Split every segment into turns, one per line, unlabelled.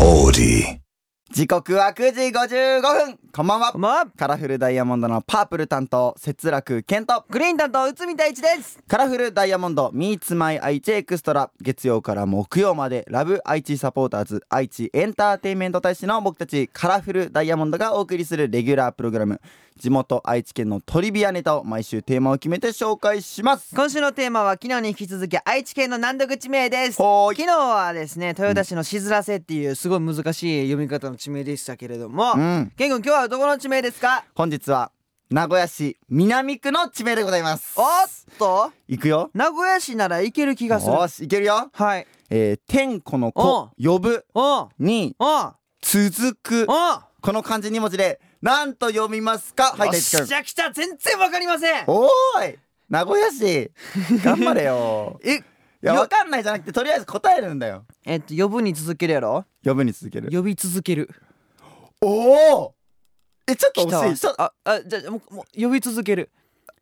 オーデ
時刻は9時55分こんばんは
こんばんは。
カラフルダイヤモンドのパープル担当節楽健と
グリーン担当、内海太一です。
カラフルダイヤモンド Meets My 愛知エクストラ月曜から木曜までラブ愛知サポーターズ愛知エンターテインメント大使の僕たちカラフルダイヤモンドがお送りするレギュラープログラム地元愛知県のトリビアネタを毎週テーマを決めて紹介します
今週のテーマは昨日に引き続き愛知県の難読地名です。
ほーい
昨日はですね、豊田市のしずらせっていうすごい難しい読み方の地名でしたけれども、
うん
ケン君今日はどこの地名ですか
本日は名古屋市南区の地名でございます
おっと、
いくよ
名古屋市ならいける気がする。
よしいけるよ
はい。
えー、天子の子呼ぶ
おん、
に
おん、
続く
おん。
この漢字二文字で何と読みますかはい
よっ
大地
し
君
ゃ来た全然わかりません
おーい名古屋市頑張れよ
え、
いや
よ
わかんないじゃなくてとりあえず答えるんだよ
えっと、呼ぶに続けるやろ
呼ぶに続ける
呼び続ける。
おおえちょっと
来たわ
惜しいちょっと
あ、あ、じゃあもう、もう呼び続ける。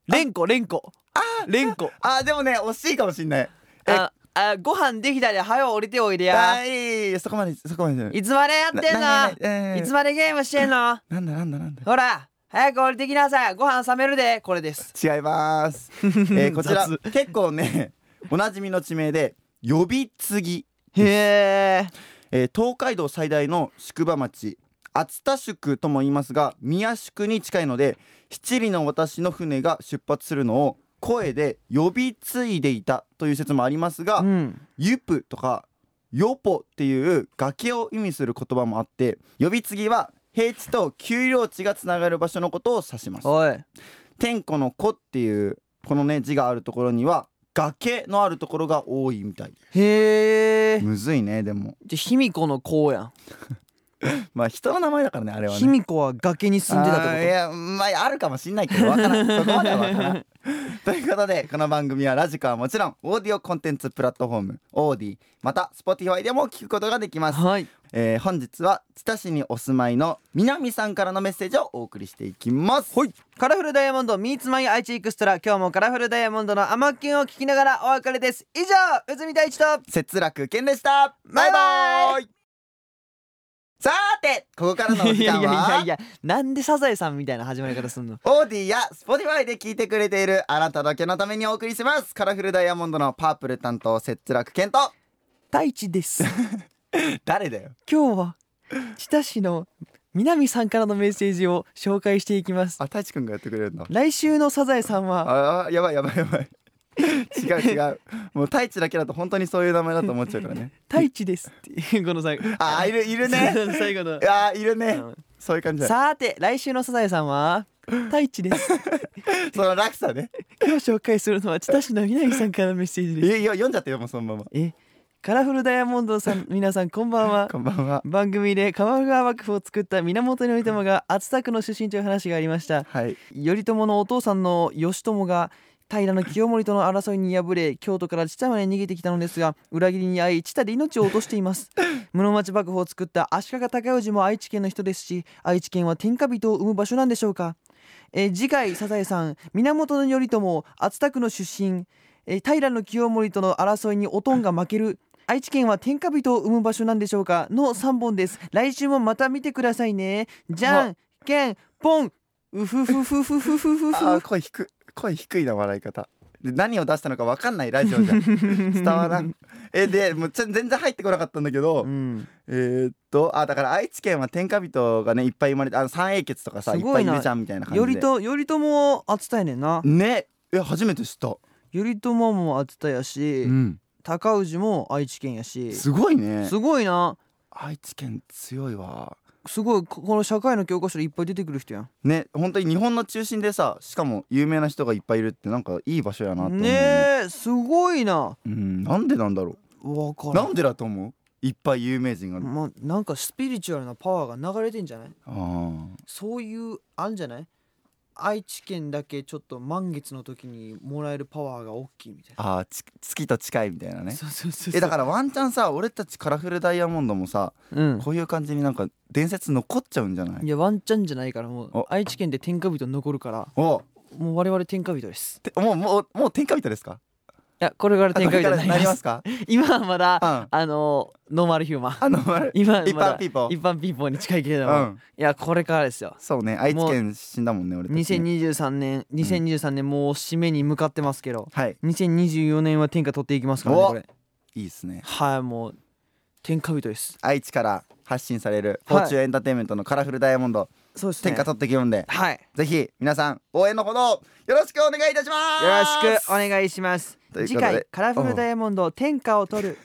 連呼、連呼。あ連呼。
あーでもね惜しいかもしんないえ
あ、あ、ご飯できたで、はよ降りておいでや。
はいそこまでそこまでじゃない
いつまでやってん
ななな
の。
えー
いつまでゲームしてん の。
なんだなんだなんだ
ほら、早く降りてきなさい。ご飯冷めるで、これです。
違い ます、えー、こちら結構ねおなじみの地名で呼び継ぎ
へえ。
えー東海道最大の宿場町熱田宿とも言いますが宮宿に近いので七里の私の船が出発するのを声で呼び継いでいたという説もありますが
うん。
「ゆぷ」とか「よぽ」っていう崖を意味する言葉もあって呼び継ぎは平地と丘陵地がつながる場所のことを指します。
おい。
天子の子っていうこのね字があるところには崖のあるところが多いみたい
へえ。
むずいねでも
じゃ、卑弥呼の子や
まあ人の名前だからねあれ
ん。
は
卑
ね
弥呼は崖に住んでたっ
あーい
て
やまああるかもしんないけどわ からんそこまではわからんということでこの番組はラジカはもちろんオーディオコンテンツプラットフォームオーディまた Spotify でも聞くことができま
こと。
す、
はい。
えー本日は知多市にお住まいの南さんからのメッセージをお送りしていきますはい
カラフルダイヤモンド Meets My 愛知エクストラ今日もカラフルダイヤモンドの「あまきん」を聞きながらお別れです以上宇海太一と
節楽健でしたバイバ
バ
イさーてここからのお
い
時間
やいやいやい
は
や なんでサザエさんみたいな始まり方すんの
オーディや Spotify で聞いてくれているあなただけのためにお送りしますカラフルダイヤモンドのパープル担当節楽健と
太一です
誰だよ
今日は知多市の南さんからのメッセージを紹介していきます
あ、太一くんがやってくれるの。
来週のサザエさんは
あ、あやばいやばいやばい。 違う違う。もう太一だけだと本当にそういう名前だと思っちゃうからね。
太一ですっていうこの最後
あ、いるいる ね。
最後の
あ、いるね
うん。
そういう感じだ。
さて来週のサザエさんは太一です
その落差ね。
今日紹介するのは知多市の南さんからのメッセージ
い
です
やいや読んじゃってよもうそのまま。
えカラフルダイヤモンドさん皆さんこんばんは
こんばんは。
番組で鎌川幕府を作った源頼朝が熱田区の出身という話がありました
はい。
頼朝のお父さんの義朝が平清盛との争いに敗れ京都から知多まで逃げてきたのですが裏切りに遭い知多で命を落としています室町幕府を作った足利尊氏も愛知県の人ですし愛知県は天下人を生む場所なんでしょうか、えー次回サザエさん源頼朝熱田区の出身、えー平清盛との争いにおとんが負ける愛知県は天下人を生む場所なんでしょうかの3本です来週もまた見てくださいねじゃんけんぽんうふふふふふふふ
あ、
ふ
声低い声低いな笑い方。で何を出したのかわかんないラジオじゃ 伝わらん。えでもうちょ全然入ってこなかったんだけど、
うん
えーっとあだから愛知県は天下人がねいっぱい生まれてあの三英傑とかさい
す
っ
ご
ぱいい
いな
るじゃんみたいな感じで。
頼朝頼朝も熱田やねんな
ねえ初めて知った、
頼朝も熱田やし
ん、
高氏も愛知県やし
すごいね
すごいな
愛知県強いわ
すごいここの社会の教科書でいっぱい出てくる人やん
ね本当に日本の中心でさしかも有名な人がいっぱいいるってなんかいい場所やなって思う
ねえすごいな
うん、なんでなんだろ
わか
う
ら
なんんでだと思ういっぱい有名人が、あ
まなんかスピリチュアルなパワーが流れてんじゃない
あ
そういうあんじゃない愛知県だけちょっと満月の時にもらえるパワーが大きいみたいな
あーち月と近いみたいなね
そうそうそうそう
えだからワンチャンさ俺たちカラフルダイヤモンドもさ
うん
こういう感じになんか伝説残っちゃうんじゃない
いやワンチャンじゃないからもう
お
愛知県で天下人残るから
お
もう我々天下人です
てもうもうもう天下人ですか
やこれから展開みたいに
な
な
り
り
ま
ま
すすか
今はまだ
うん
あのノーマルヒューマン
あのあれ
今は
一
まだ
般ピーポー
一般ピーポーに近いけれど
う
も、
ん
いやこれからですよ
そうね愛知県死んだもんね俺たちね
2023年2023年もう締めに向かってますけど
はい
2024年は天下取っていきますからね
お
これ
いいですね
はいもう天下人です
愛知から発信される
はい
宇宙エンターテインメントのカラフルダイヤモンド
そうですね
天下取ってきるんで
はい
ぜひ皆さん応援のほどよろしくお願いいたします
よろしくお願いします
ということで
次回カラフルダイヤモンド天下 を取る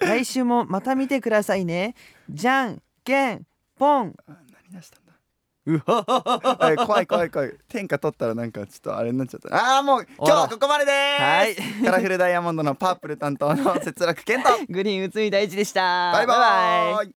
来週もまた見てくださいねじゃんけんぽん
何出したんだ
うわ
あれ怖い怖い怖い天下取ったらなんかちょっとあれになっちゃったああーもう今日はここまでで
は
ー
い
すカラフルダイヤモンドのパープル担当の節楽健と
グリーン内海大地でした
バイバーイ